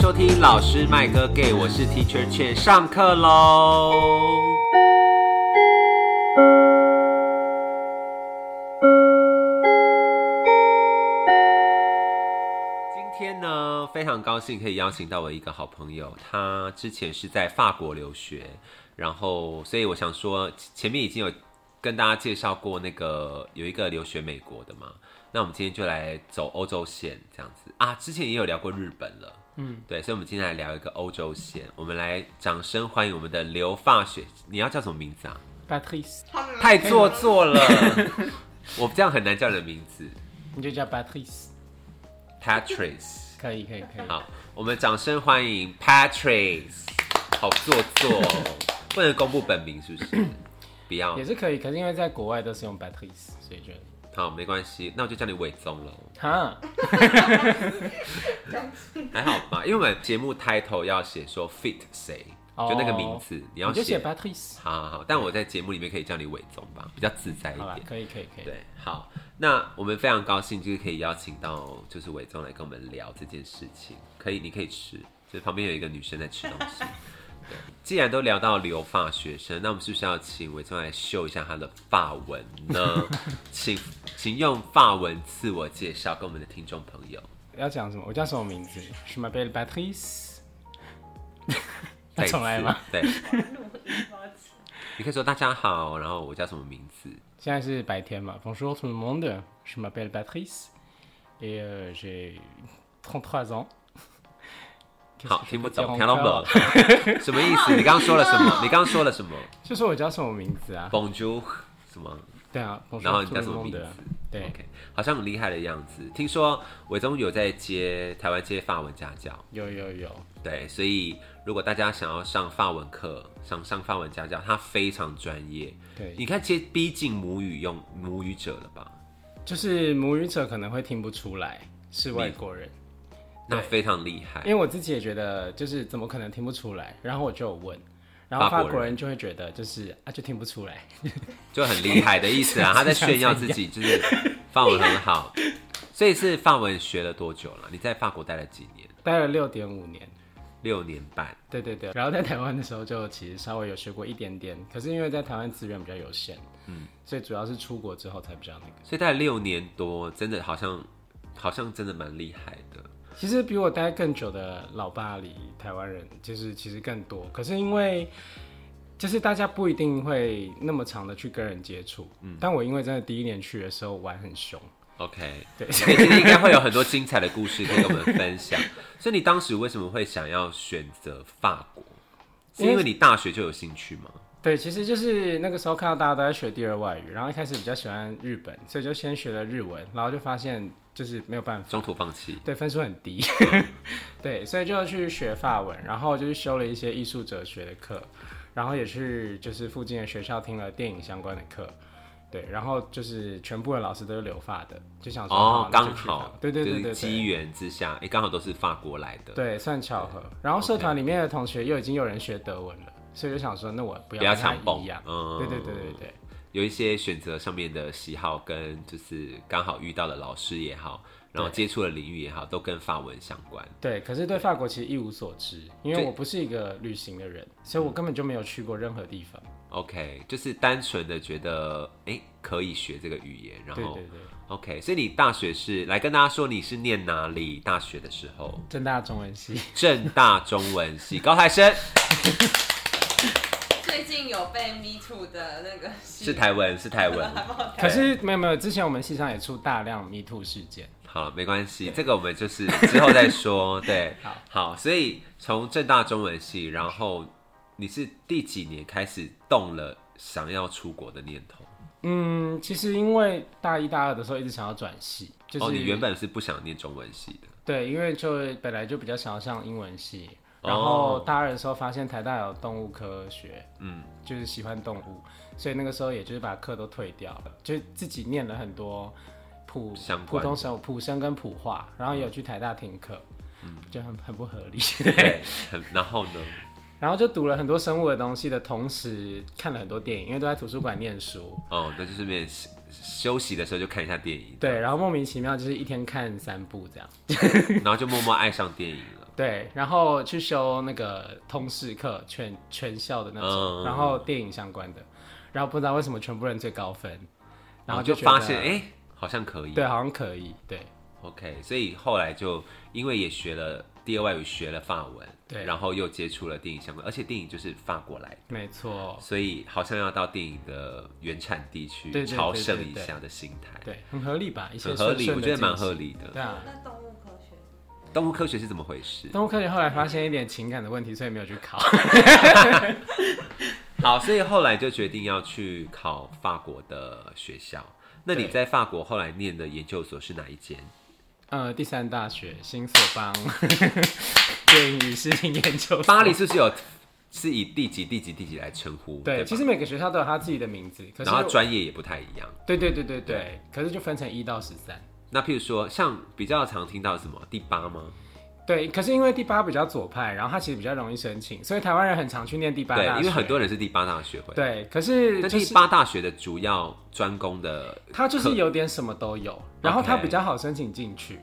收听老师麦哥 gay，我是 Teacher Chen，上课喽。今天呢，非常高兴可以邀请到我一个好朋友，他之前是在法国留学，然后所以我想说，前面已经有跟大家介绍过那个有一个留学美国的嘛，那我们今天就来走欧洲线这样子啊，之前也有聊过日本了。嗯，对，所以我们今天来聊一个欧洲线，我们来掌声欢迎我们的留发学，你要叫什么名字啊？ ，Patrice，太做作 了，我这样很难叫你的名字你就叫 Patrice， ，Patrice。可以可以可以。好，我们掌声欢迎 Patrice，好做作哦，不能公布本名是不 是？不要也，是可以，可是因为在国外都是用 Patrice，所以就好，没关系，那我就叫你伟宗了，哈，还好吧？因为我们节目 title 要写说 fit 谁，就那个名字，你要哦你就写写。Patrice，好好好，但我在节目里面可以叫你伟宗吧，比较自在一好啦，点。可以可以可以。对，好，那我们非常高兴，就是可以邀请到就是伟忠来跟我们聊这件事情。可以，你可以吃，就是旁边有一个女生在吃东西。 对，既然都聊到留发学生，那我们是不是要请伟忠来秀一下他的发文 呢？请请用发文自我介绍，跟我们的听众朋友。要讲什么？我叫什么名字？什么 Belle Patrice？再一次重来吗？对，你可以说大家好，然后我叫什么名字？现在是白天嘛？Bonjour tout le monde，je m'appelle Patrice et euh, j'ai 33 ans。 好，听不懂，讲听懂不？什么意思？你刚刚说了什么？你刚刚说了什么就说我叫什么名字啊？ ？Bonjour，什么？对啊然后，Bonjour 你 tout 叫 le 什么名字 monde。对啊 OK，好像很厉害的样子。听说伟忠有在接台湾接法文家教，有有有，对，所以如果大家想要上法文课，想上法文家教，他非常专业。对，你看接逼近母语用母语者了吧？就是母语者可能会听不出来是外国人，那对非常厉因害。为我自己也觉得就是怎么可能听不出来，然后我就有问，然后法法国人国人就会觉得就是啊就听不出来， 就很厉害的意思啊，他在炫耀自己，就是法文很好。所以是法文学了多久了？你在法国待了几年？待了六点五年，六年半。对对对，然后在台湾的时候就其实稍微有学过一点点，可是因为在台湾资源比较有限，嗯，所以主要是出国之后才比较那个，所以待了六年多，真的好像好像真的蛮厉害的。其实比我待更久的老巴黎台湾人就是其实更多，可是因为。就是大家不一定会那么长的去跟人接触，嗯，但我因为真的第一年去的时候玩很凶， OK，对 所以今天应该会有很多精彩的故事可以跟我们分享。 所以你当时为什么会想要选择法国？是因为你大学就有兴趣吗？对，其实就是那个时候看到大家都在学第二外语，然后一开始比较喜欢日本，所以就先学了日文，然后就发现就是没有办法，中途放弃？对，分数很低， 对，所以就去学法文，然后就去修了一些艺术哲学的课，然后也去就是附近的学校听了电影相关的课。对，然后就是全部的老师都是留法的，就想说哦，那就刚去法好，对对对对就是对，机缘之下，哎，刚好都是法国来的，对，算巧合。然后社团里面的同学又已经有人学德文了，所以就想说，那我不不要跟他强蹦一样。嗯对对对对对，有一些选择上面的喜好跟就是刚好遇到的老师也好，然后接触的领域也好，都跟法文相关。对，可是对法国其实一无所知，因为对嗯我不是一个旅行的人，所以我根本就没有去过任何地方。 OK，就是单纯的觉得哎、诶可以学这个语言，然对后对对， OK，所以你大学是来跟大家说你是念哪里大学的时候？正大中文系，正大中文系高材生最近有被 Me Too 的那个是台文是台文，可是没有没有，之前我们系上也出大量 Me Too 事件，好没关系，这个我们就是之后再说。 对，好，所以从正大中文系，然后你是第几年开始动了想要出国的念头？嗯，其实因为大一大二的时候一直想要转系，就是、哦，你原本是不想念中文系的，对，因为就本来就比较想要上英文系，哦然后大二的时候发现台大有动物科学， 嗯，就是喜欢动物，所以那个时候也就是把课都退掉了，就自己念了很多普相关的普通生普生跟普化，然后也有去台大听课，嗯，就很很不合理。 对，很然后呢？然后就读了很多生物的东西的同时，看了很多电影，因为都在图书馆念书。哦，那就顺便休休息的时候就看一下电影，对，然后莫名其妙就是一天看三部这样。然后就默默爱上电影了。对，然后去修那个通识课，全全校的那种，嗯然后电影相关的，然后不知道为什么全部人最高分， 然后就觉得发现哎、诶好像可以。对，好像可以，对 OK，所以后来就因为也学了第二外语，学了法文，对然后又接触了电影相关，而且电影就是法国来的，没错，所以好像要到电影的原产地去对对对朝圣一对对下的心态，对，很合理吧？一些很合理，顺我顺觉的得蛮进行合理的。对啊，那动物科学，动物科学是怎么回事？动物科学后来发现一点情感的问题，所以没有去 考。好，所以后来就决定要去考法国的学校。那你对在法国后来念的研究所是哪一间？呃，第三大学新索邦 电影与视听研究所巴黎。是不是有是以第几第几第几来称呼？对，吧其实每个学校都有它自己的名字，可是然后专业也不太一样。对对对对对对，可是就分成一到十三。那譬如说，像比较常听到什么第八吗？对，可是因为第八比较左派，然后它其实比较容易申请，所以台湾人很常去念第八对大，学。因为很多人是第八大学会。，对，可是那就是第八大学的主要专攻的，它就是有点什么都有，然后它比较好申请进去，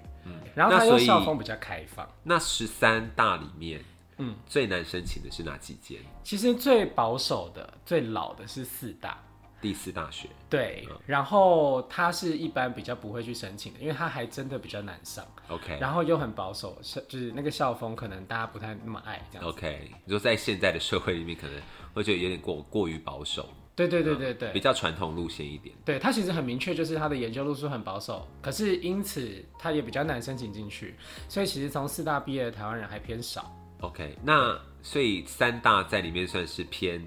然后那它又所以校风比较开放。那十三大里面，嗯嗯，最难申请的是哪几间？其实最保守的、最老的是四大，第四大学，对嗯，然后它是一般比较不会去申请的，因为它还真的比较难上， OK 然后又很保守，是就是那个校风可能大家不太那么爱这样子。 OK，你说在现在的社会里面，可能会觉得有点过过于保守，对对对对比对，较传统路线一点。对它其实很明确，就是它的研究路数很保守，可是因此它也比较难申请进去，所以其实从四大毕业的台湾人还偏少。 OK，那所以三大在里面算是偏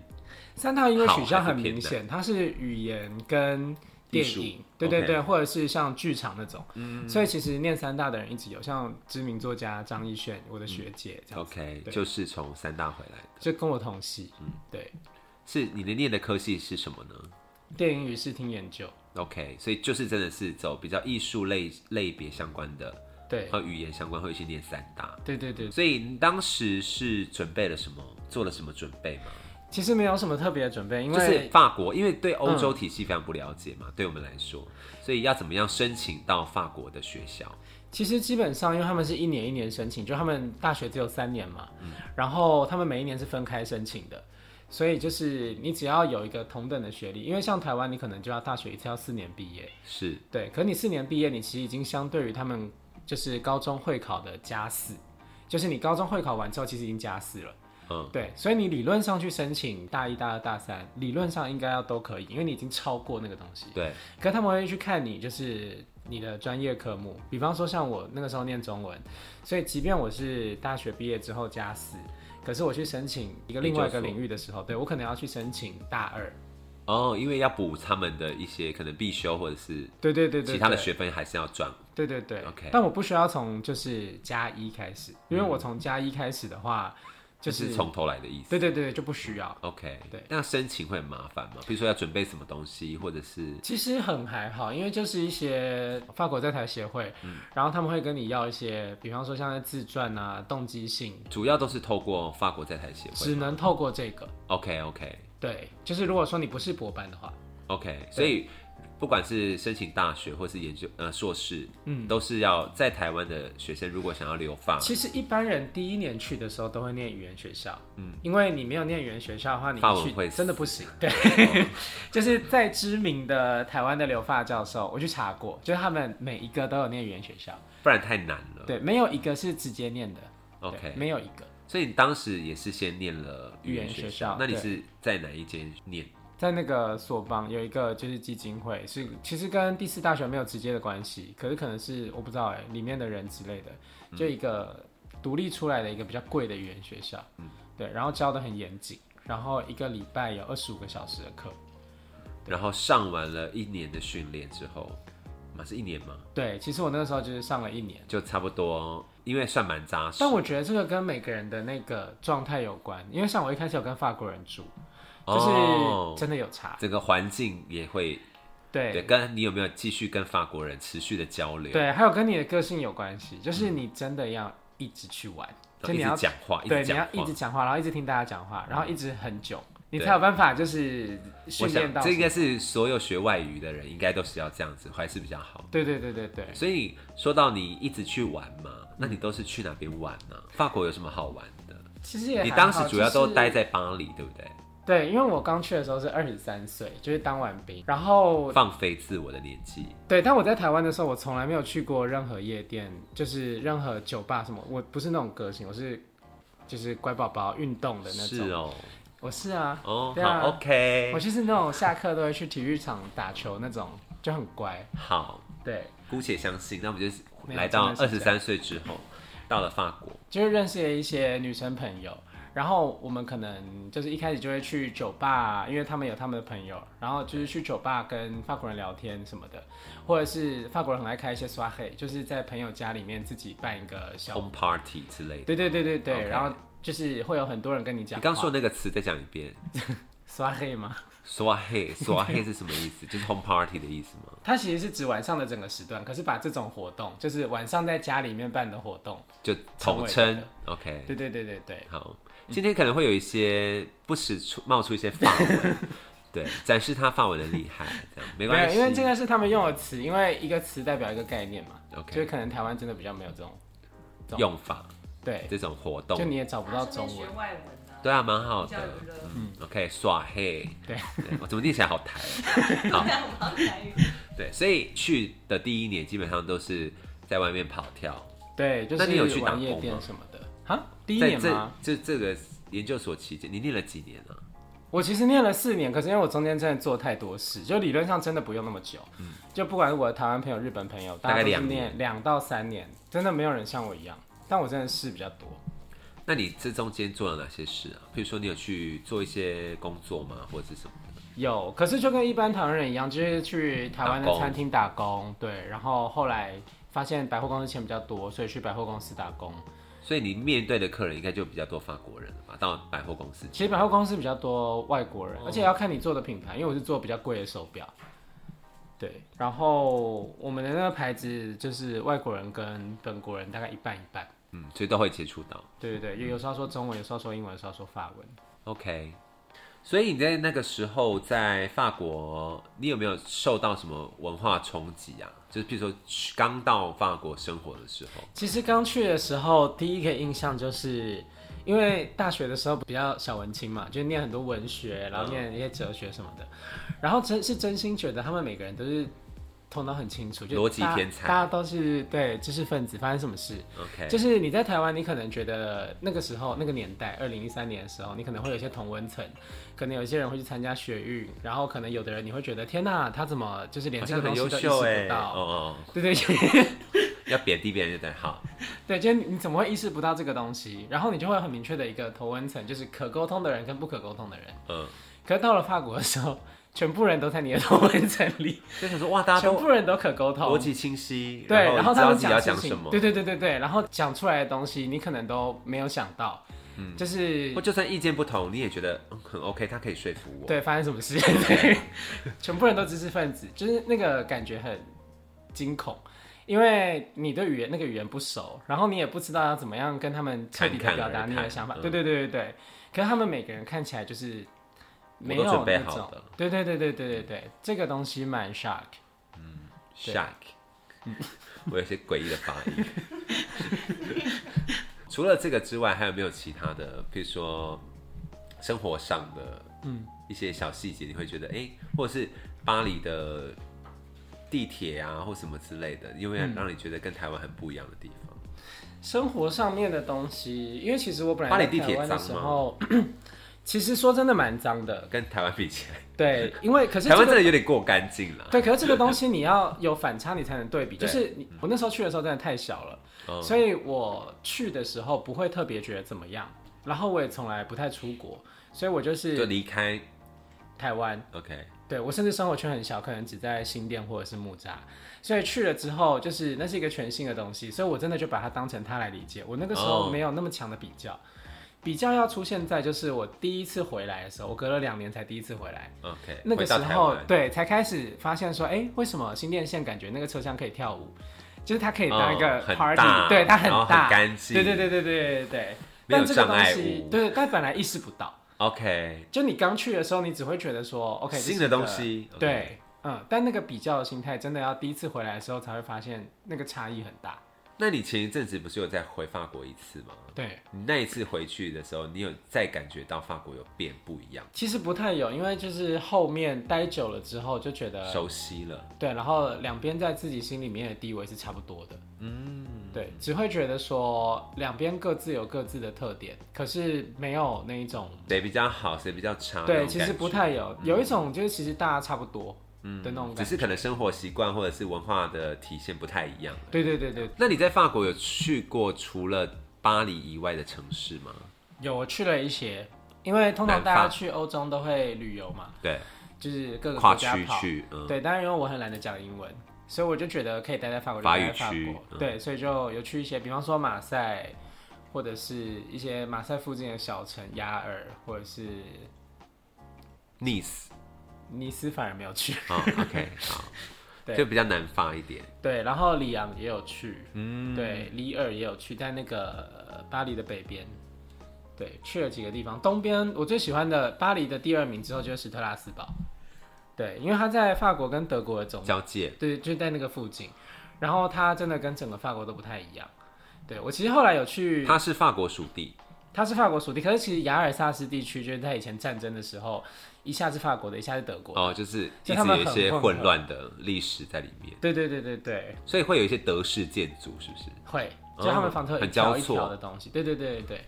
三大因为取好向还是很明偏难显，它是语言跟艺电术影，对对 OK 嗯对，或者是像剧场那种，所以其实念三大的人一直有，像知名作家张艺轩，我的学嗯姐这样子。 OK，对就是从三大回来的。就跟我同系，嗯对，是你的念的科系是什么呢？电影与视听研究， OK，所以就是真的是走比较艺术类类别相关的，对，和语言相关，会去念三大。对对对，所以你当时是准备了什么？做了什么准备吗？其实没有什么特别的准备，因为、嗯就是法国，因为对欧洲体系非常不了解嘛，对我们来说，所以要怎么样申请到法国的学校？其实基本上，因为他们是一年一年申请，就他们大学只有三年嘛，然后他们每一年是分开申请的，所以就是你只要有一个同等的学历，因为像台湾你可能就要大学一次要四年毕业，是对，可你四年毕业，你其实已经相对于他们就是高中会考的加四，就是你高中会考完之后其实已经加四了。嗯，对，所以你理论上去申请大一、大二、大三，理论上应该要都可以，因为你已经超过那个东西。对，可他们会去看你，就是你的专业科目，比方说像我那个时候念中文，所以即便我是大学毕业之后加四，可是我去申请一个另外一个研究所领域的时候，对我可能要去申请大二，哦，因为要补他们的一些可能必修或者是对对对 对，其他的对学分，还是要转。对对对 OK 但我不需要从就是加一开始，因为我从加一开始的话，就就是是从头来的意思。对对对就不需要。 OK，对那申请会很麻烦吗？比如说要准备什么东西，或者是其实很还好，因为就是一些法国在台协会，嗯然后他们会跟你要一些，比方说像是自传啊、动机性，主要都是透过法国在台协会。只能透过这个。 OK OK 对，就是如果说你不是博班的嗯话， OK，所以不管是申请大学或是研究呃硕士，嗯，都是要在台湾的学生如果想要留法，其实一般人第一年去的时候都会念语言学校，嗯，因为你没有念语言学校的话，你法文去会死真的 不行。对， 就是在知名的台湾的留法教授，我去查过，就是他们每一个都有念语言学校，不然太难了。对，没有一个是直接念的对嗯 OK，没有一个所以你当时也是先念了语言语言学学校校，那你对是在哪一间念？在那个索邦有一个就是基金会，是其实跟第四大学没有直接的关系，可是可能是我不知道哎、里面的人之类的，就一个独立出来的一个比较贵的语言学校，对，然后教的很严谨，然后一个礼拜有二十五个小时的课，然后上完了一年的训练之后，嘛是一年嘛，对，其实我那个时候就是上了一年，就差不多，因为算蛮扎实。但我觉得这个跟每个人的那个状态有关，因为像我一开始有跟法国人住，就是哦，真的有差，整个环境也会对对，跟你有没有继续跟法国人持续的交流，对，还有跟你的个性有关系，就是你真的要一直去玩，然就后一你要直讲话，一对，直你要讲一话嗯直，讲话，然后一直听大家讲话，然后一直很久，你才有办法就是我训练想到这应什么该是所有学外语的人应该都是要这样子，还是比较好。对对对对对，所以说到你一直去玩嘛，那你都是去哪边玩嗯呢、法国有什么好玩的？其实也你还当时好主要都就是待在巴黎，对不对？对，因为我刚去的时候是二十三岁，就是当完兵，然后放飞自我的年纪，对，但我在台湾的时候，我从来没有去过任何夜店，就是任何酒吧什么，我不是那种个性，我是就是乖宝宝运动的那种，是哦，我是啊，哦，对啊好，OK，我就是那种下课都会去体育场打球那种，就很乖，好，对，姑且相信。那我们就是没有来到真二的是十这三岁之后，到了法国，就是认识了一些女生朋友，然后我们可能就是一开始就会去酒吧，因为他们有他们的朋友，然后就是去酒吧跟法国人聊天什么的，或者是法国人很爱开一些刷黑，就是在朋友家里面自己办一个小 home party 之类的。对对对对对哦 OK 然后就是会有很多人跟你讲你话。刚说那个词再讲一遍，刷黑吗？刷 黑，刷黑是什么意思？就是 home party 的意思吗？它其实是指晚上的整个时段，可是把这种活动，就是晚上在家里面办的活动，就统成为称的，OK。对对对对对，好，今天可能会有一些不时出冒出一些法 文，对，展示他法文的厉害，这样没关有系，因为这个是他们用的词，因为一个词代表一个概念嘛 OK 就是可能台湾真的比较没有这种，懂用法对，这种活就动，你也找不到中顺便学文，外文啊，对啊，蛮好比较的娱乐， 嗯，OK，耍黑，对我怎么念起来好台 哦？好这，样忙才语。对，所以去的第一年基本上都是在外面跑跳，对，就那你有去是打玩夜工吗店什么的。哈，第一在年这吗？这这个研究所期间，你念了几年啊？我其实念了四年，可是因为我中间真的做太多事，就理论上真的不用那么久。就不管是我的台湾朋友、日本朋友，嗯大概大家都是两年念两到三年，真的没有人像我一样。但我真的事比较多。那你这中间做了哪些事啊？譬如说你有去做一些工作吗，或者是什么？有，可是就跟一般台湾人一样，就是去台湾打的工餐厅打工，对，然后后来发现百货公司钱比较多，所以去百货公司打工。所以你面对的客人应该就比较多法国人了吧？到百货公司去，其实百货公司比较多外国人，哦而且要看你做的品牌，因为我是做比较贵的手表，对，然后我们的那个牌子就是外国人跟本国人大概一半一半，嗯，所以都会接触到。对对对，有有时候说中文，有时候说英文，有时候说法文。 OK，所以你在那个时候在法国，你有没有受到什么文化冲击啊？就是譬如说去刚到法国生活的时候，其实刚去的时候，第一个印象就是，因为大学的时候比较小文青嘛，就念很多文学，然后念一些哲学什么的，然后真是真心觉得他们每个人都是头脑很清楚，就逻辑大家天才大家都是对知识分子，发生什么事。 ，OK，就是你在台湾，你可能觉得那个时候那个年代，二零一三年的时候，你可能会有一些同温层，可能有一些人会去参加学运，然后可能有的人你会觉得天呐，他怎么就是连好这像个很优东西都意秀哎、识不欸，到？哦哦，对对对， 要贬低别人就对，好，对，就是你怎么会意识不到这个东西？然后你就会有很明确的一个头温层，就是可沟通的人跟不可沟通的人。嗯，可是到了法国的时候，全部人都在你的头温层里，就想说哇， 大家全都部人都可沟逻通。辑清晰，对，然然后你后知他道们自己要事讲情什么，对对对对对，然后讲出来的东西你可能都没有想到，就是嗯或就算意见不同，你也觉得嗯很 OK，他可以说服我，对发生什么事，对， 全部人都知识分子，就是那个感觉很惊恐。因为你对语言那个语言不熟，然后你也不知道要怎么样跟他们彻底侃侃的表达而你的谈想法。嗯对对对对对，可是他们每个人看起来就是没我都准有备那好种的，对对对对对对对，这个东西蛮 shock。对 shark，我 有些诡异的发音。 除了这个之外，还有没有其他的？比如说生活上的，嗯，一些小细节，你会觉得，哎、或者是巴黎的地铁啊，或什么之类的，因为让你觉得跟台湾很不一样的地方。嗯生活上面的东西，因为其实我本来巴在黎地台铁湾的脏时吗候， 其实说真的蛮脏的。跟台湾比起来， 对，因为可是台湾这真个的有点过干净了。对，可是这个东西你要有反差，你才能对比。对就是你，我那时候去的时候真的太小了，嗯所以我去的时候不会特别觉得怎么样。然后我也从来不太出国，所以我就就是离开台湾。 ，OK，对我甚至生活圈很小，可能只在新店或者是木栅，所以去了之后，就是那是一个全新的东西，所以我真的就把它当成它来理解。我那个时哦候没有那么强的比较，比较要出现在就是我第一次回来的时候，我隔了两年才第一次回来， OK，那个回时到台候湾，对才开始发现说，哎、为什么新店线感觉那个车厢可以跳舞？就是它可以 当一哦个很 party，、大对它然后很大，干净对对对对对对对。没有但这个障东碍西物对，但本来意识不到， OK，就你刚去的时候，你只会觉得说 OK 这是新的一个东西，OK 对，嗯，但那个比较的心态，真的要第一次回来的时候才会发现那个差异很大。那你前一阵子不是有再回法国一次吗？对，你那一次回去的时候，你有再感觉到法国有变不一样，其实不太有，因为就是后面待久了之后就觉得熟悉了。对，然后两边在自己心里面的地位是差不多的。嗯，对，只会觉得说两边各自有各自的特点，可是没有那一种谁比较好，谁比较差？啊那对，种其感实觉嗯不太有，有一种就是其实大家差不多的那种只感觉。是可能生活习惯或者是文化的体现不太一样。对对对对，那你在法国有去过除了巴黎以外的城市吗？有我去了一些，因为通常大南家法去欧洲都会旅游嘛，对，就是各个跨国家区跑。去，嗯，对，当然因为我很懒得讲英文，所以我就觉得可以待在法国就法语待在法区国。嗯对，所以就有去一些，比方说马赛，或者是一些马赛附近的小城雅尔，或者是尼斯，尼斯，反而没有去。 好哦，OK，好，对就比较南法一点。对，然后里昂也有去，嗯，对，里尔也有去，在那个呃巴黎的北边。对，去了几个地方。东边我最喜欢的巴黎的第二名之后就是史特拉斯堡，对，因为它在法国跟德国的中间交界，对，就在那个附近。然后它真的跟整个法国都不太一样。对我其实后来有去，它是法国属地，它是法国属地，可是其实雅尔萨斯地区就是在以前战争的时候，一下是法国的，一下是德国的。哦，就是一直就他们有一些很混混合乱的历史在里面，对对对对对，所以会有一些德式建筑，是不是？会，哦就他们房车有一很条交一错嗯条的东西。对对对对对。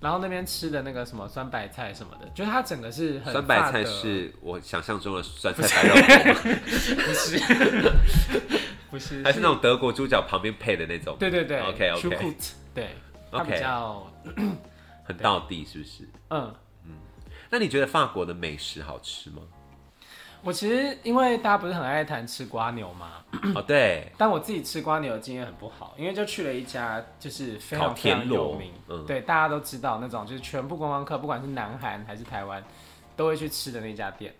然后那边吃的那个什么酸白菜什么的，就是它整个是很酸白法菜德是我想象中的酸菜白肉锅吗，不是不 是还是那种德国猪脚旁边配的那种？对对对 OK，OK c h u k u t 对，它比 OK 较很道地，是不是？嗯，那你觉得法国的美食好吃 吗？我其实因为大家不是很爱谈吃瓜牛嘛，哦，对，但我自己吃瓜牛的经验很不好，因为就去了一家就是非常烤非田常有螺名，嗯对，大家都知道那种就是全部观光客，不管是南韩还是台湾，都会去吃的那家店。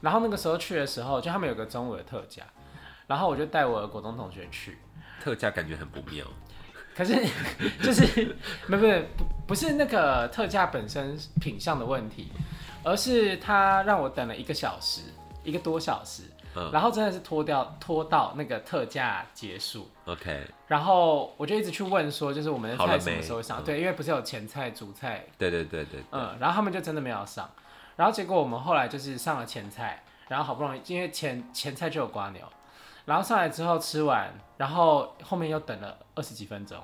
然后那个时候去的时候，就他们有个中午的特价，然后我就带我的国中同学 去，特价感觉很不妙。可是 就是没有没有不不是那个特价本身品相的问题，而是他让我等了一个小时，一个多小时，嗯然后真的是拖掉拖到那个特价结束。 OK，然后我就一直去问说，就是我们的好了菜没什么时候会上？嗯对，因为不是有前菜、主菜，对对对对，嗯，然后他们就真的没有上。然后结果我们后来就是上了前菜，然后好不容易，因为前前菜就有瓜牛，然后上来之后吃完，然后后面又等了二十几分钟，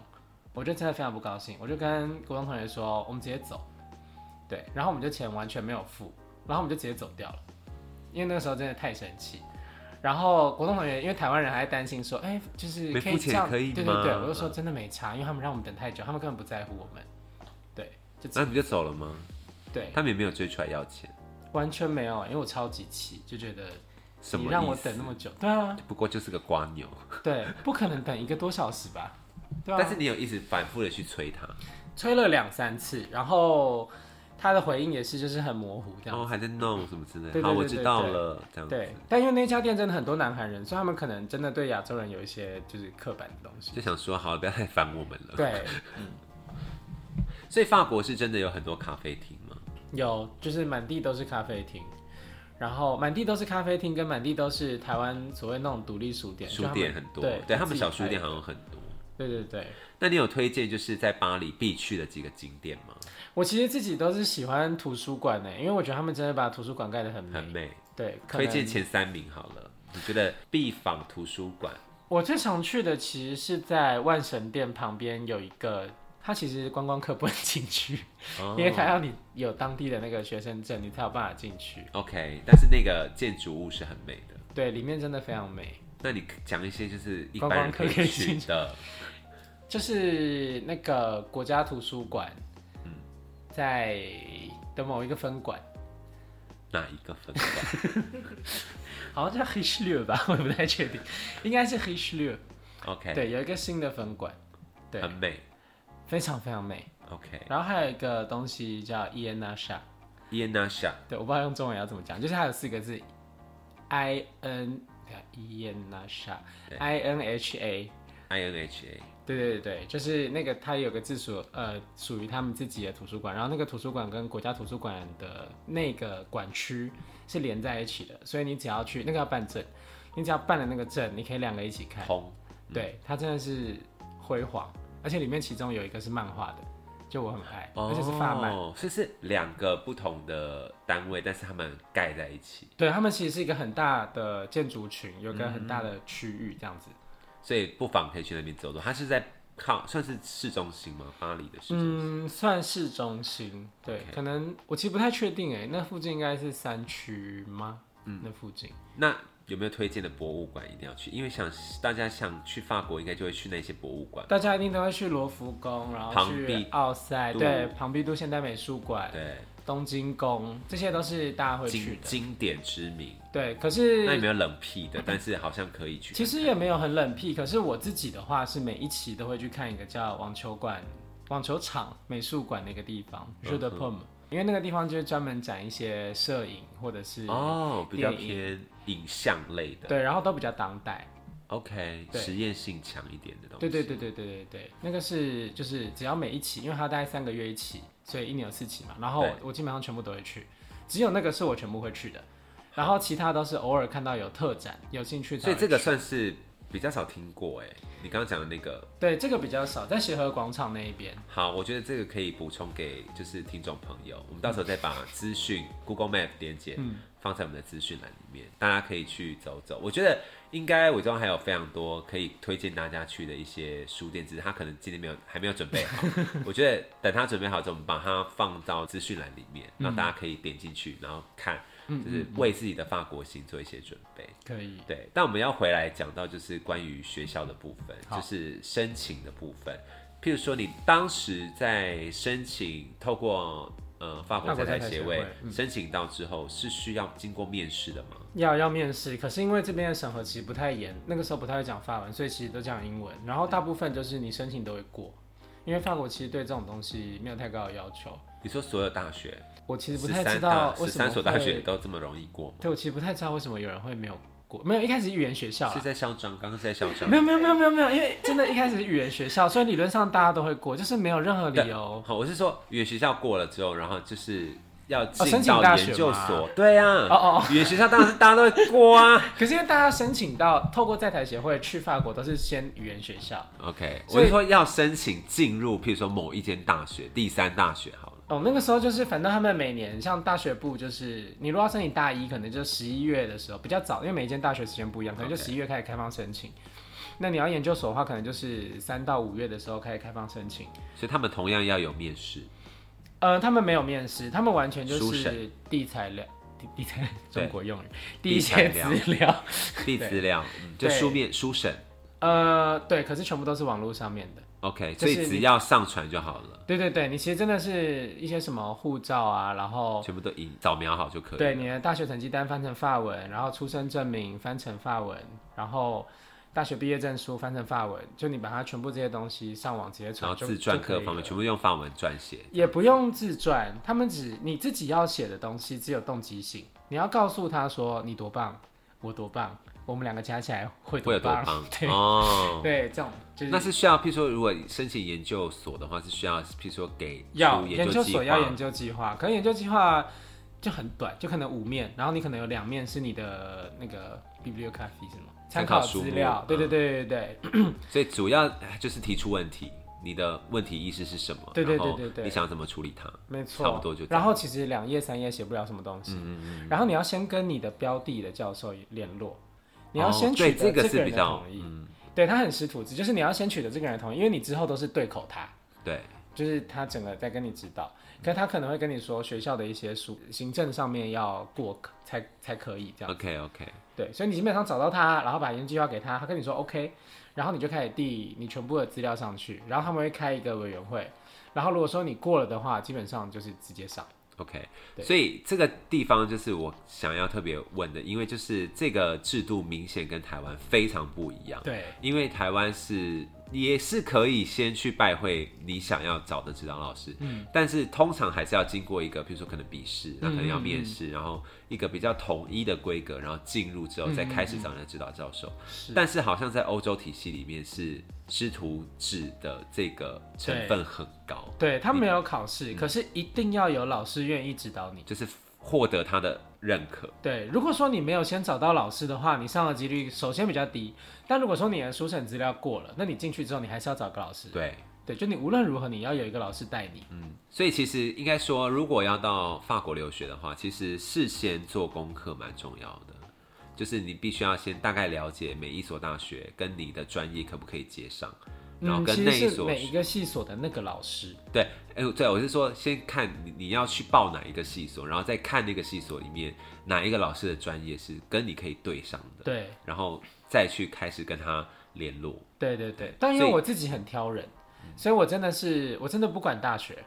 我就真的非常不高兴，我就跟国中同学说，我们直接走，对，然后我们就钱完全没有付，然后我们就直接走掉了，因为那个时候真的太生气。然后国中同学，因为台湾人还在担心说，哎，就是没可以付钱这样，可以对吗嗯对对，我就说真的没差，因为他们让我们等太久，他们根本不在乎我们，对，就那你就走了吗？对，他们也没有追出来要钱，完全没有，因为我超级气，就觉得什么你意思？让我等那么久，对啊，不过就是个瓜牛，对，不可能等一个多小时吧？对啊，但是你有一直反复的去催他，吹了两三次，然后他的回应也是就是很模糊这然样。后哦还在弄什么之类对对的。好，对我对知对道了，这样对子，但因为那家店真的很多南韩人，所以他们可能真的对亚洲人有一些就是刻板的东西。就想说好了，不要再烦我们了。对，所以法国是真的有很多咖啡厅吗？有就是满地都是咖啡厅，然后满地都是咖啡厅，跟满地都是台湾所谓那种独立书店，就书他们店很多，对，对他们小自己书开店好像很多。对对对。那你有推荐就是在巴黎必去的几个景点吗？我其实自己都是喜欢图书馆的，因为我觉得他们真的把图书馆盖得很美。很美，对，可推荐能前三名好了。你觉得必访图书馆？我最常去的其实是在万神殿旁边有一个，它其实观光客不能进去，哦因为它要你有当地的那个学生证，你才有办法进去。 OK，但是那个建筑物是很美的。对，里面真的非常美，那你讲一些就是一观般光人可客以可以去进的，就是那个国家图书馆，嗯在的某一个分馆，哪一个分馆？好像叫 h i c h l i e u 吧，我 也不太确定，应该是 h i c h l i e u OK，对，有一个新的分馆，对哎很，美。非常非常美。 OK，然后还有一个东西叫 i e n a s h a 伊恩娜夏对，我不知道用中文要怎么讲，就是它有四个字，i n 等一下 i e n a s h a i n h a， I N H A，对对对对，就是那个它有个自属呃属于他们自己的图书馆，然后那个图书馆跟国家图书馆的那个馆区是连在一起的，所以你只要去那个要办证，你只要办了那个证，你可以两个一起看。通对，它真的是辉煌，而且里面其中有一个是漫画的，就我很爱，而且是发漫。哦，就是两个不同的单位，但是他们盖在一起，对他们其实是一个很大的建筑群，有个很嗯大的区域这样子。所以不妨可以去那边走走。它是在靠算是市中心吗？巴黎的市中心。嗯，算市中心，对 OK 可能我其实不太确定哎，那附近应该是山区吗？嗯，那附近那有没有推荐的博物馆一定要去？因为想大家想去法国，应该就会去那些博物馆。大家一定都会去罗浮宫，然后庞去毕奥赛，都对，庞毕都现代美术馆、对，东京宫，这些都是大家会去经的。经典之名。对，可那有没是有冷僻的？但是好像可以去。其实也没有很冷僻，可是我自己的话是每一期都会去看一个叫网球馆、网球场美术馆的一个地方嗯 r u d e p o m 因为那个地方就是专门展一些摄影或者是、哦，比较电影偏影像类的。对，然后都比较当代。 OK，对实验性强一点的东西。对对对对对对对，那个是就是只要每一期，因为它大概三个月一期，所以一年有四期嘛。然后我对我基本上全部都会去，只有那个是我全部会去的，然后其他都是偶尔看到有特展有兴趣才所会以去。这个算是比较少听过哎，你刚刚讲的那个，对这个比较少，在协和广场那一边。好，我觉得这个可以补充给就是听众朋友，我们到时候再把资讯 Google Map 连接放在我们的资讯栏里面，大家可以去走走。我觉得应该伪装还有非常多可以推荐大家去的一些书店，只是他可能今天没有还没有准备好。我觉得等他准备好之后，我们把它放到资讯栏里面，让大家可以点进去，然后看，就是为自己的法国行做一些准备。嗯可以，对，但我们要回来讲到就是关于学校的部分，好就是申请的部分。譬如说，你当时在申请透过呃法国法国在台在台协协会会嗯申请到之后，是需要经过面试的吗？要要面试，可是因为这边的审核其实不太严，那个时候不太会讲法文，所以其实都讲英文。然后大部分就是你申请都会过，因为法国其实对这种东西没有太高的要求。你说所有大学我其实不十太知三道大为十什么三所大会学都这么容易过吗？对，我其实不太知道为什么有人会没有过，没有一开始是语言学校是啊，在嚣张，刚刚是在嚣张没。有没有没有没有没有，因为真的一开始是语言学校，所以理论上大家都会过，就是没有任何理由。好，我是说语言学校过了之后，然后就是要哦申进请到大学研究吗所。对呀、哦啊，哦，语言学校当然是大家都会过啊。可是因为大家申请到透过在台协会去法国都是先语言学校， OK，所所以以说要申请进入，譬如说某一间大学，第三大学好了。哦，那个时候就是反正他们每年像大学部就是你如果要申请大一，可能就十一月的时候比较早，因为每一间大学时间不一样，可能就 OK 十一月开始开放申请。那你要研究所的话，可能就是三到五月的时候开始开放申请。所以他们同样要有面试，呃，他们没有面试，他们完全就书是审地材料，地地材对中国用语，地第一材些料资料。递资料，嗯就对书面书审。 呃，对，可是全部都是网络上面的。 OK，就所是以只要上传就好了，对对对，你其实真的是一些什么护照啊，然后全部都已扫描好就可以。对，你的大学成绩单翻成法文，然后出生证明翻成法文，然后大学毕业证书翻成法文，就你把它全部这些东西上网直接然传后就，自传就可各以方面了全部用法文撰写。也不用自传，他们只你自己要写的东西只有动机性，你要告诉他说你多棒，我多棒，我们两个加起来会会有多棒，棒对、哦？对，这种就是那是需要，譬如说，如果申请研究所的话，是需要，譬如说给要出研究究计所要研划，究计划，可能研究计划就很短，就可能五面，然后你可能有两面是你的那个 bibliography 是吗？参参考考书资目嗯料，对对对对对所以主要就是提出问题，你的问题意识是什么？对对然后对对对你想怎么处理它？没错，差不多就这样嗯然后其实两页三页写不了什么东西，然后你要先跟你的标的的教授联络，你要先哦对取得这个是个人比的较嗯同意，对他很识途子，就是你要先取得这个人的同意，因为你之后都是对口他，对，就是他整个在跟你指导，可他可能会跟你说学校的一些书行政上面要过才才可以这样， OK OK，对，所以你基本上找到他，然后把研究计划给他，他跟你说 OK，然后你就开始递你全部的资料上去，然后他们会开一个委员会，然后如果说你过了的话，基本上就是直接上。 OK，对所以这个地方就是我想要特别问的，因为就是这个制度明显跟台湾非常不一样。对，因为台湾是也是可以先去拜会你想要找的指导老师，嗯，但是通常还是要经过一个，比如说可能笔试，那可能要面试，然后一个比较统一的规格，然后进入之后再开始找你的指导教授。但嗯是好像在欧洲体系里面是师徒制的这个成分很高，对他没嗯有考试，可是一定要有老师愿意指导你。就是获得他的认可。对，如果说你没有先找到老师的话，你上的几率首先比较低。但如果说你的书审资料过了，那你进去之后，你还是要找个老师。对，嗯对，就你无论如何，你要有一个老师带你。所以其实应该说，如果要到法国留学的话，其实事先做功课蛮重要的，就是你必须要先大概了解每一所大学跟你的专业可不可以接上，然后嗯，跟其那实一是所、每一个系所的那个老师。对，哎、对我是说，先看你你要去报哪一个系所，然后再看那个系所里面哪一个老师的专业是跟你可以对上的，对，然后再去开始跟他联络。对对对，但因为所以我自己很挑人，所以我真的是，我真的不管大学，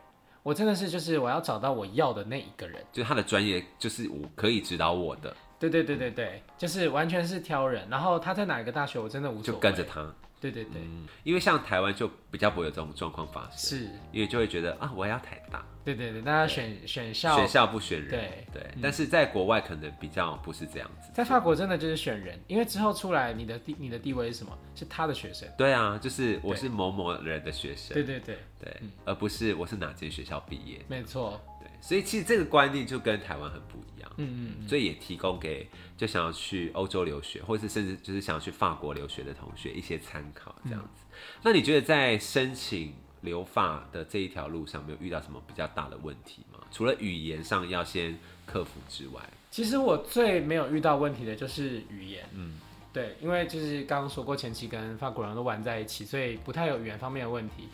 我真的是就是我要找到我要的那一个人。就是他的专业，就是我可以指导我的，对对对对对，就是完全是挑人，然后他在哪一个大学，我真的无所就谓。跟着。他。嗯对对对，因为像台湾就比较不会有这种状况发生，是，因为就会觉得啊，我要台大，对对对，大家选选校，选校不选人，对嗯但是在国外可能比较不是这样子，在法国真的就是选人，因为之后出来你的地你的地位是什么？是他的学生。对啊，就是我是某某人的学生，对嗯对对，对而不是我是哪间学校毕业，没错。对，所以其实这个观念就跟台湾很不一样，嗯嗯，所以也提供给就想要去欧洲留学，或是甚至就是想要去法国留学的同学一些参考，这嗯样子。那你觉得在申请留法的这一条路上，没有遇到什么比较大的问题吗？除了语言上要先克服之外，其实我最没有遇到问题的就是语言。嗯，对，因为就是刚刚说过，前期跟法国人都玩在一起，所以不太有语言方面的问题。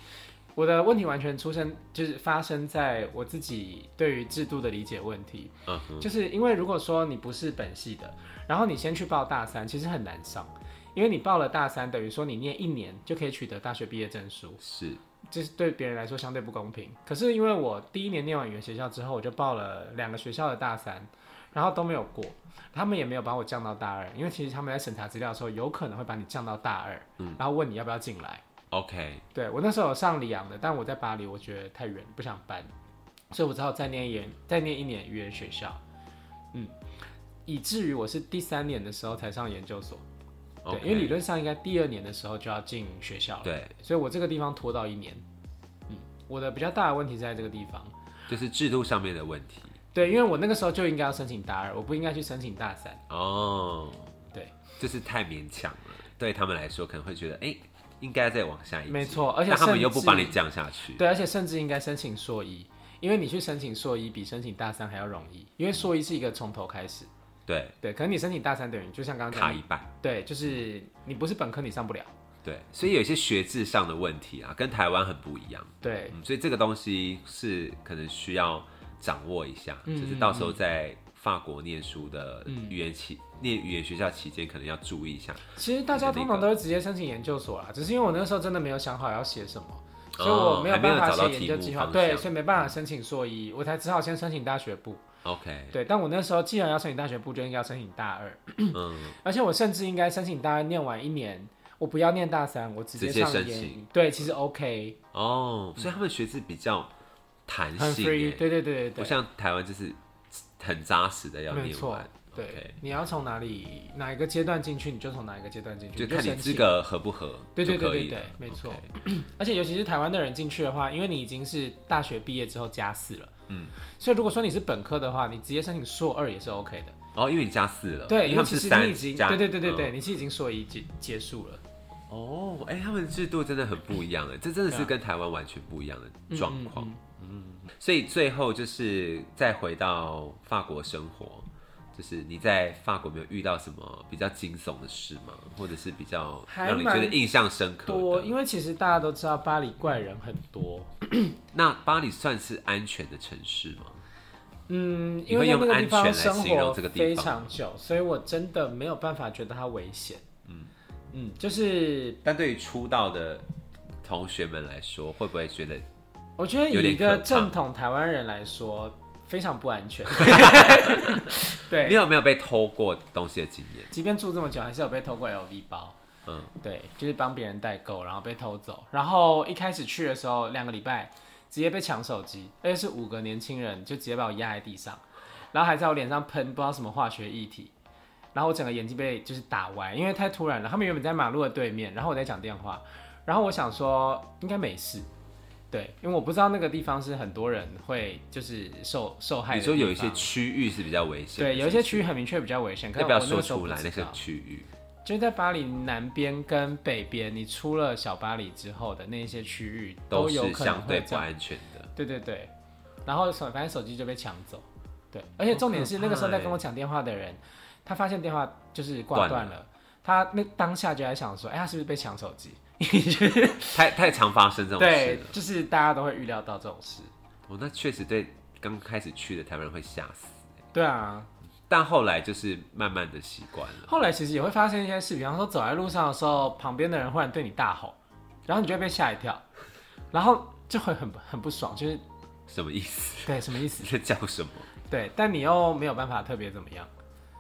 我的问题完全出生就是发生在我自己对于制度的理解问题。嗯就是因为如果说你不是本系的，然后你先去报大三，其实很难上，因为你报了大三，等于说你念一年就可以取得大学毕业证书，是这是对别人来说相对不公平。可是因为我第一年念完语言学校之后，我就报了两个学校的大三，然后都没有过，他们也没有把我降到大二，因为其实他们在审查资料的时候，有可能会把你降到大二，然后问你要不要进来。 OK，对我那时候有上里昂的，但我在巴黎，我觉得太远，不想搬，所以我只好再念一年，再念一年语言学校。嗯，以至于我是第三年的时候才上研究所。对 OK，因为理论上应该第二年的时候就要进学校了。对，所以我这个地方拖到一年。嗯，我的比较大的问题是在这个地方。就是制度上面的问题对，因为我那个时候就应该要申请大二，我不应该去申请大三。哦，对，就是太勉强了，对他们来说可能会觉得哎。应该再往下一级，没错而且但他们又甚不至把你降下去，对，而且甚至应该申请硕一，因为你去申请硕一比申请大三还要容易，因为硕一是一个从头开始。对，对，可能你申请大三等于就像刚刚卡讲一的，半。对，就是你不是本科你上不了，对，所以有一些学制上的问题啊，跟台湾很不一样。对，嗯，所以这个东西是可能需要掌握一下，嗯就是到时候在法国念书的语言期、念语言学校期间，可能要注意一下。其实大家通常都会直接申请研究所啦，只是因为我那个时候真的没有想好要写什么，所以我没有办哦还没法有找到写研题究目计划，方向对，所以没办法申请硕一，我才只好先申请大学部。 OK，对，但我那时候既然要申请大学部，就应该要申请大二，嗯，而且我甚至应该申请大二念完一年，我不要念大三，我直接直接上申研请。对，其实 OK，哦，所以他们学制比较弹很性、 free，欸，对对对不对像台湾就是很扎实的要对，没念错完。。对 OK，，你要从哪里哪一个阶段进去，你就从哪一个阶段进去，就你就看你申资请。格合不合对对就对可对以对了。没错 OK 而且尤其是台湾的人进去的话，因为你已经是大学毕业之后加四了，嗯，所以如果说你是本科的话，你直接申请硕二也是 OK 的。哦，因为你加四了，对，因为因他为们其是实三你已经加，对对对对对，嗯你是已经硕一结结束了。哦，哎、他们制度真的很不一样哎，这真的对是啊跟台湾完全不一样的状况。嗯嗯所以最后就是再回到法国生活，就是你在法国有没有遇到什么比较惊悚的事吗？或者是比较还让你觉蛮得印象深刻多，因的？为其实大家都知道巴黎怪人很多，那巴黎算是安全的城市吗？嗯，你会因为在用那个安地全方来生形容活这个地非方常久，所以我真的没有办法觉得它危险。嗯嗯，就是但对于出道的同学们来说，会不会觉得我觉得有以点一可个怕正统台湾人来说，非常不 安全。对你，有没有被偷过东西的经验？即便住这么久，还是有被偷过 LV 包。嗯，对，就是帮别人代购，然后被偷走。然后一开始去的时候，两个礼拜直接被抢手机，而且是五个年轻人就直接把我压在地上，然后还在我脸上喷不知道什么化学液体，然后我整个眼睛被就是打歪，因为太突然了。他们原本在马路的对面，然后我在讲电话，然后我想说应该没事。对，因为我不知道那个地方是很多人会就是受受害的你地方。说有一些区域是比较危险的，对，有一些区域很明确比较危险，可那是不要我那说个时候出不来知那些道区域，就是在巴黎南边跟北边，你出了小巴黎之后的那些区域都有是可能相对会不这样。安全的。对对对，然后手反正手机就被抢走，对，而且重点是好可怕那个时候在欸跟我抢电话的人，他发现电话就是挂断断了了，他那当下就在想说，哎、他是不是被抢手机？ 太太常发生这种事对了，。就是大家都会预料到这种事。哦，那确实对刚开始去的台湾人会吓死，对啊，但后来就是慢慢的习惯了。后来其实也会发生一些事，比方说走在路上的时候，旁边的人忽然对你大吼，然后你就会被吓一跳，然后就会很很不爽，就是什么意思？ 对什么意思你？在叫什么？对，但你又没有办法特别怎么样，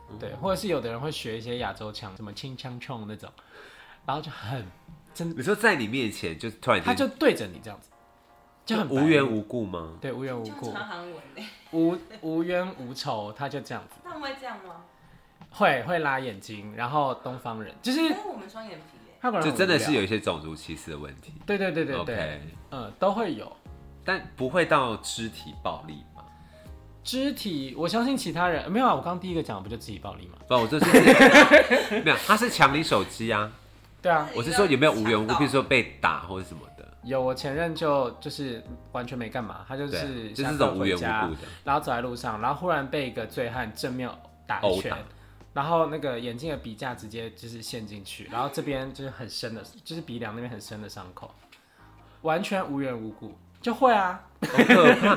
嗯对，或者是有的人会学一些亚洲腔，什么清腔冲那种，然后就很，你说在你面前就突然他间就对着你这样子，就很白无目缘无故吗？对无缘无就故传韩文呢，无无冤无仇，他就这样子，他们会这样吗？会会拉眼睛，然后东方人就是因为我们双眼皮耶，他国人就很真的无聊是有一些种族歧视的问题。对对对对对 OK，嗯，都会有。但不会到肢体暴力嘛？肢体，我相信其他人没有啊。我刚刚第一个讲的不就肢体暴力吗？不，我这是 没有，他是抢你手机啊。对啊，我是说有没有无缘无故，抢到比如说被打或者什么的，有我前任就就是完全没干嘛，他就对，啊是就下是这课种无回缘家，无故的然后走在路上，然后忽然被一个醉汉正面打一殴拳打，。然后那个眼镜的鼻架直接就是陷进去，然后这边就是很深的，就是鼻梁那边很深的伤口，完全无缘无故就会啊，好可怕，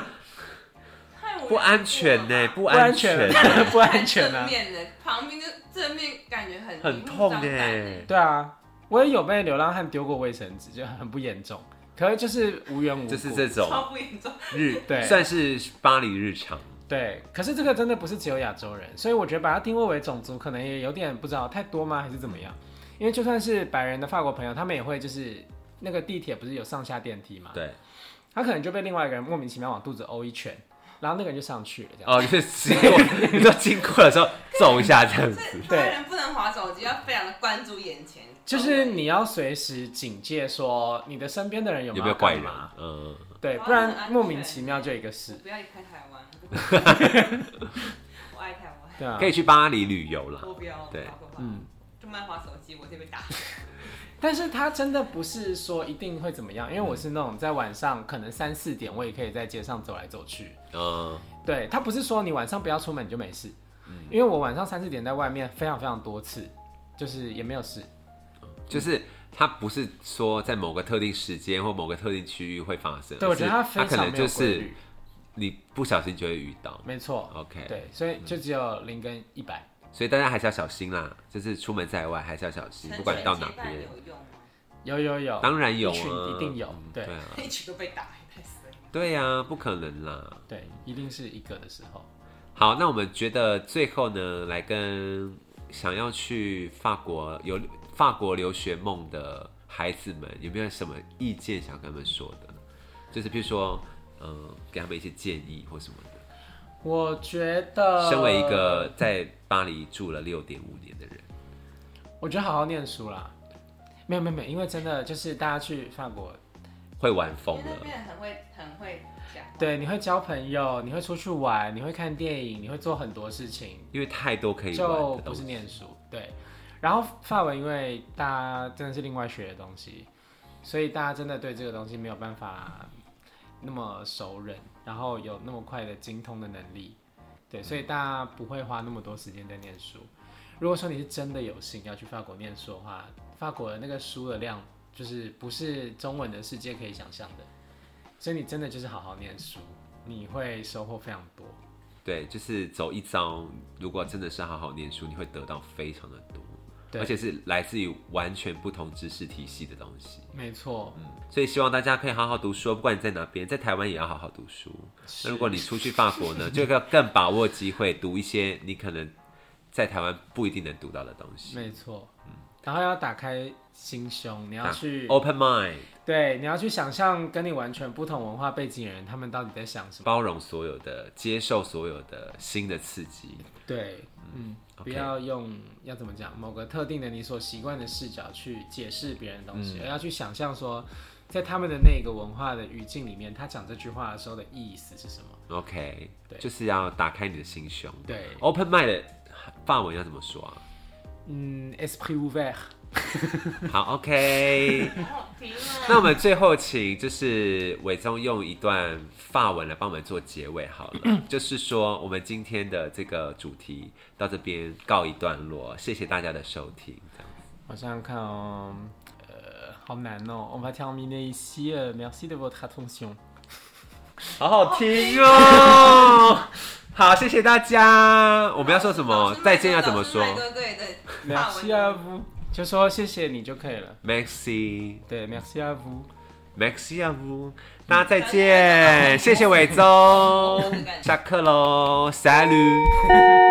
太无缘无故不安全呢、了吧不不安安全全欸、啊， 不安全正啊，面的，旁边就正面感觉很很痛哎、哎、对啊，我也有被流浪汉丢过卫生纸，就很不严重，可是就是无缘无故，就是这种超不严重。日，对算是巴黎日常。对，可是这个真的不是只有亚洲人，所以我觉得把它定位为种族，可能也有点不知道太多吗，还是怎么样？因为就算是白人的法国朋友，他们也会就是那个地铁不是有上下电梯嘛，对，他可能就被另外一个人莫名其妙往肚子殴一拳，然后那个人就上去了，这样。哦，就是经过，你说经过的时候揍一下这样所以子，台湾人不能划手机，要非常的关注眼前。哦就是你要随时警戒，说你的身边的人有有没没有怪干人嘛？？嗯，对，哇不很安然全莫名其妙就一个我事，不要离开台湾，我爱台湾，对啊可。以去巴黎旅游啦。我不要，对好可怕嗯，就慢划手机，我就被打。但是他真的不是说一定会怎么样，因为我是那种在晚上可能三四点，我也可以在街上走来走去，嗯，对他不是说你晚上不要出门你就没事，因为我晚上三四点在外面非常非常多次，就是也没有事。就是它不是说在某个特定时间或某个特定区域会发生，对，我觉得它他非可常能没就有规是律，你不小心就会遇到。没错。 OK，，对，所以就只有零跟一百。所以大家还是要小心啦，就是出门在外还是要小心，不管到哪成群边结，伴有用吗？有有有，当然有一群啊，一定有嗯对对啊， 一局都被打，也太衰了。对啊，不可能啦。对，一定是一个的时候。好，那我们觉得最后呢，来跟想要去法国有法国留学梦的孩子们，有没有什么意见想跟他们说的？就是譬如说，嗯、给他们一些建议或什么的。我觉得，身为一个，在巴黎住了六点五年的人，我觉得好好念书啦。没有没有没有，因为真的就是大家去法国，会玩疯因为那了，边人很会很会讲话，对，你会交朋友，你会出去玩，你会看电影，你会做很多事情，因为太多可以玩的就不东是西。念书，对。然后法文，因为大家真的是另外学的东西，所以大家真的对这个东西没有办法那么熟稔，然后有那么快的精通的能力，对，所以大家不会花那么多时间在念书。如果说你是真的有幸要去法国念书的话，法国的那个书的量就是不是中文的世界可以想象的，所以你真的就是好好念书，你会收获非常多。对，就是走一遭，如果真的是好好念书，你会得到非常的多，对而且是来自于完全不同知识体系的东西。没错，所以希望大家可以好好读书，不管你在哪边，在台湾也要好好读书。那如果你出去法国呢，就要更把握机会读一些你可能在台湾不一定能读到的东西。没错，然后要打开心胸，你要去、 open mind，对，你要去想象跟你完全不同文化背景的人，他们到底在想什么？包容所有的，接受所有的新的刺激。对，嗯， OK 不要用要怎么讲某个特定的你所习惯的视角去解释别人的东西，而要去想象说，在他们的那个文化的语境里面，他讲这句话的时候的意思是什么？ OK，对就是要打开你的心胸。对，open mind 的法文要怎么说啊？嗯，esprit ouvert，好，OK。好好 听啊！那我们最后请就是伟宗用一段法文来帮我们做结尾 好了，就是说我们今天的这个主题到这边告一段落，谢谢大家的收听。这样我想想看哦，呃，好难哦。On va terminer ici. euh, Merci de votre attention. 好好听哦！好，谢谢大家。我们要说什么老师？麦再见哥要怎么说老师麦哥对对，法文 Merci à vous，就说谢谢你就可以了。 ？Maxi。对，Merci à vous。 Maxi 啊呜，大家再见，谢谢伟宗，下课喽，Salut。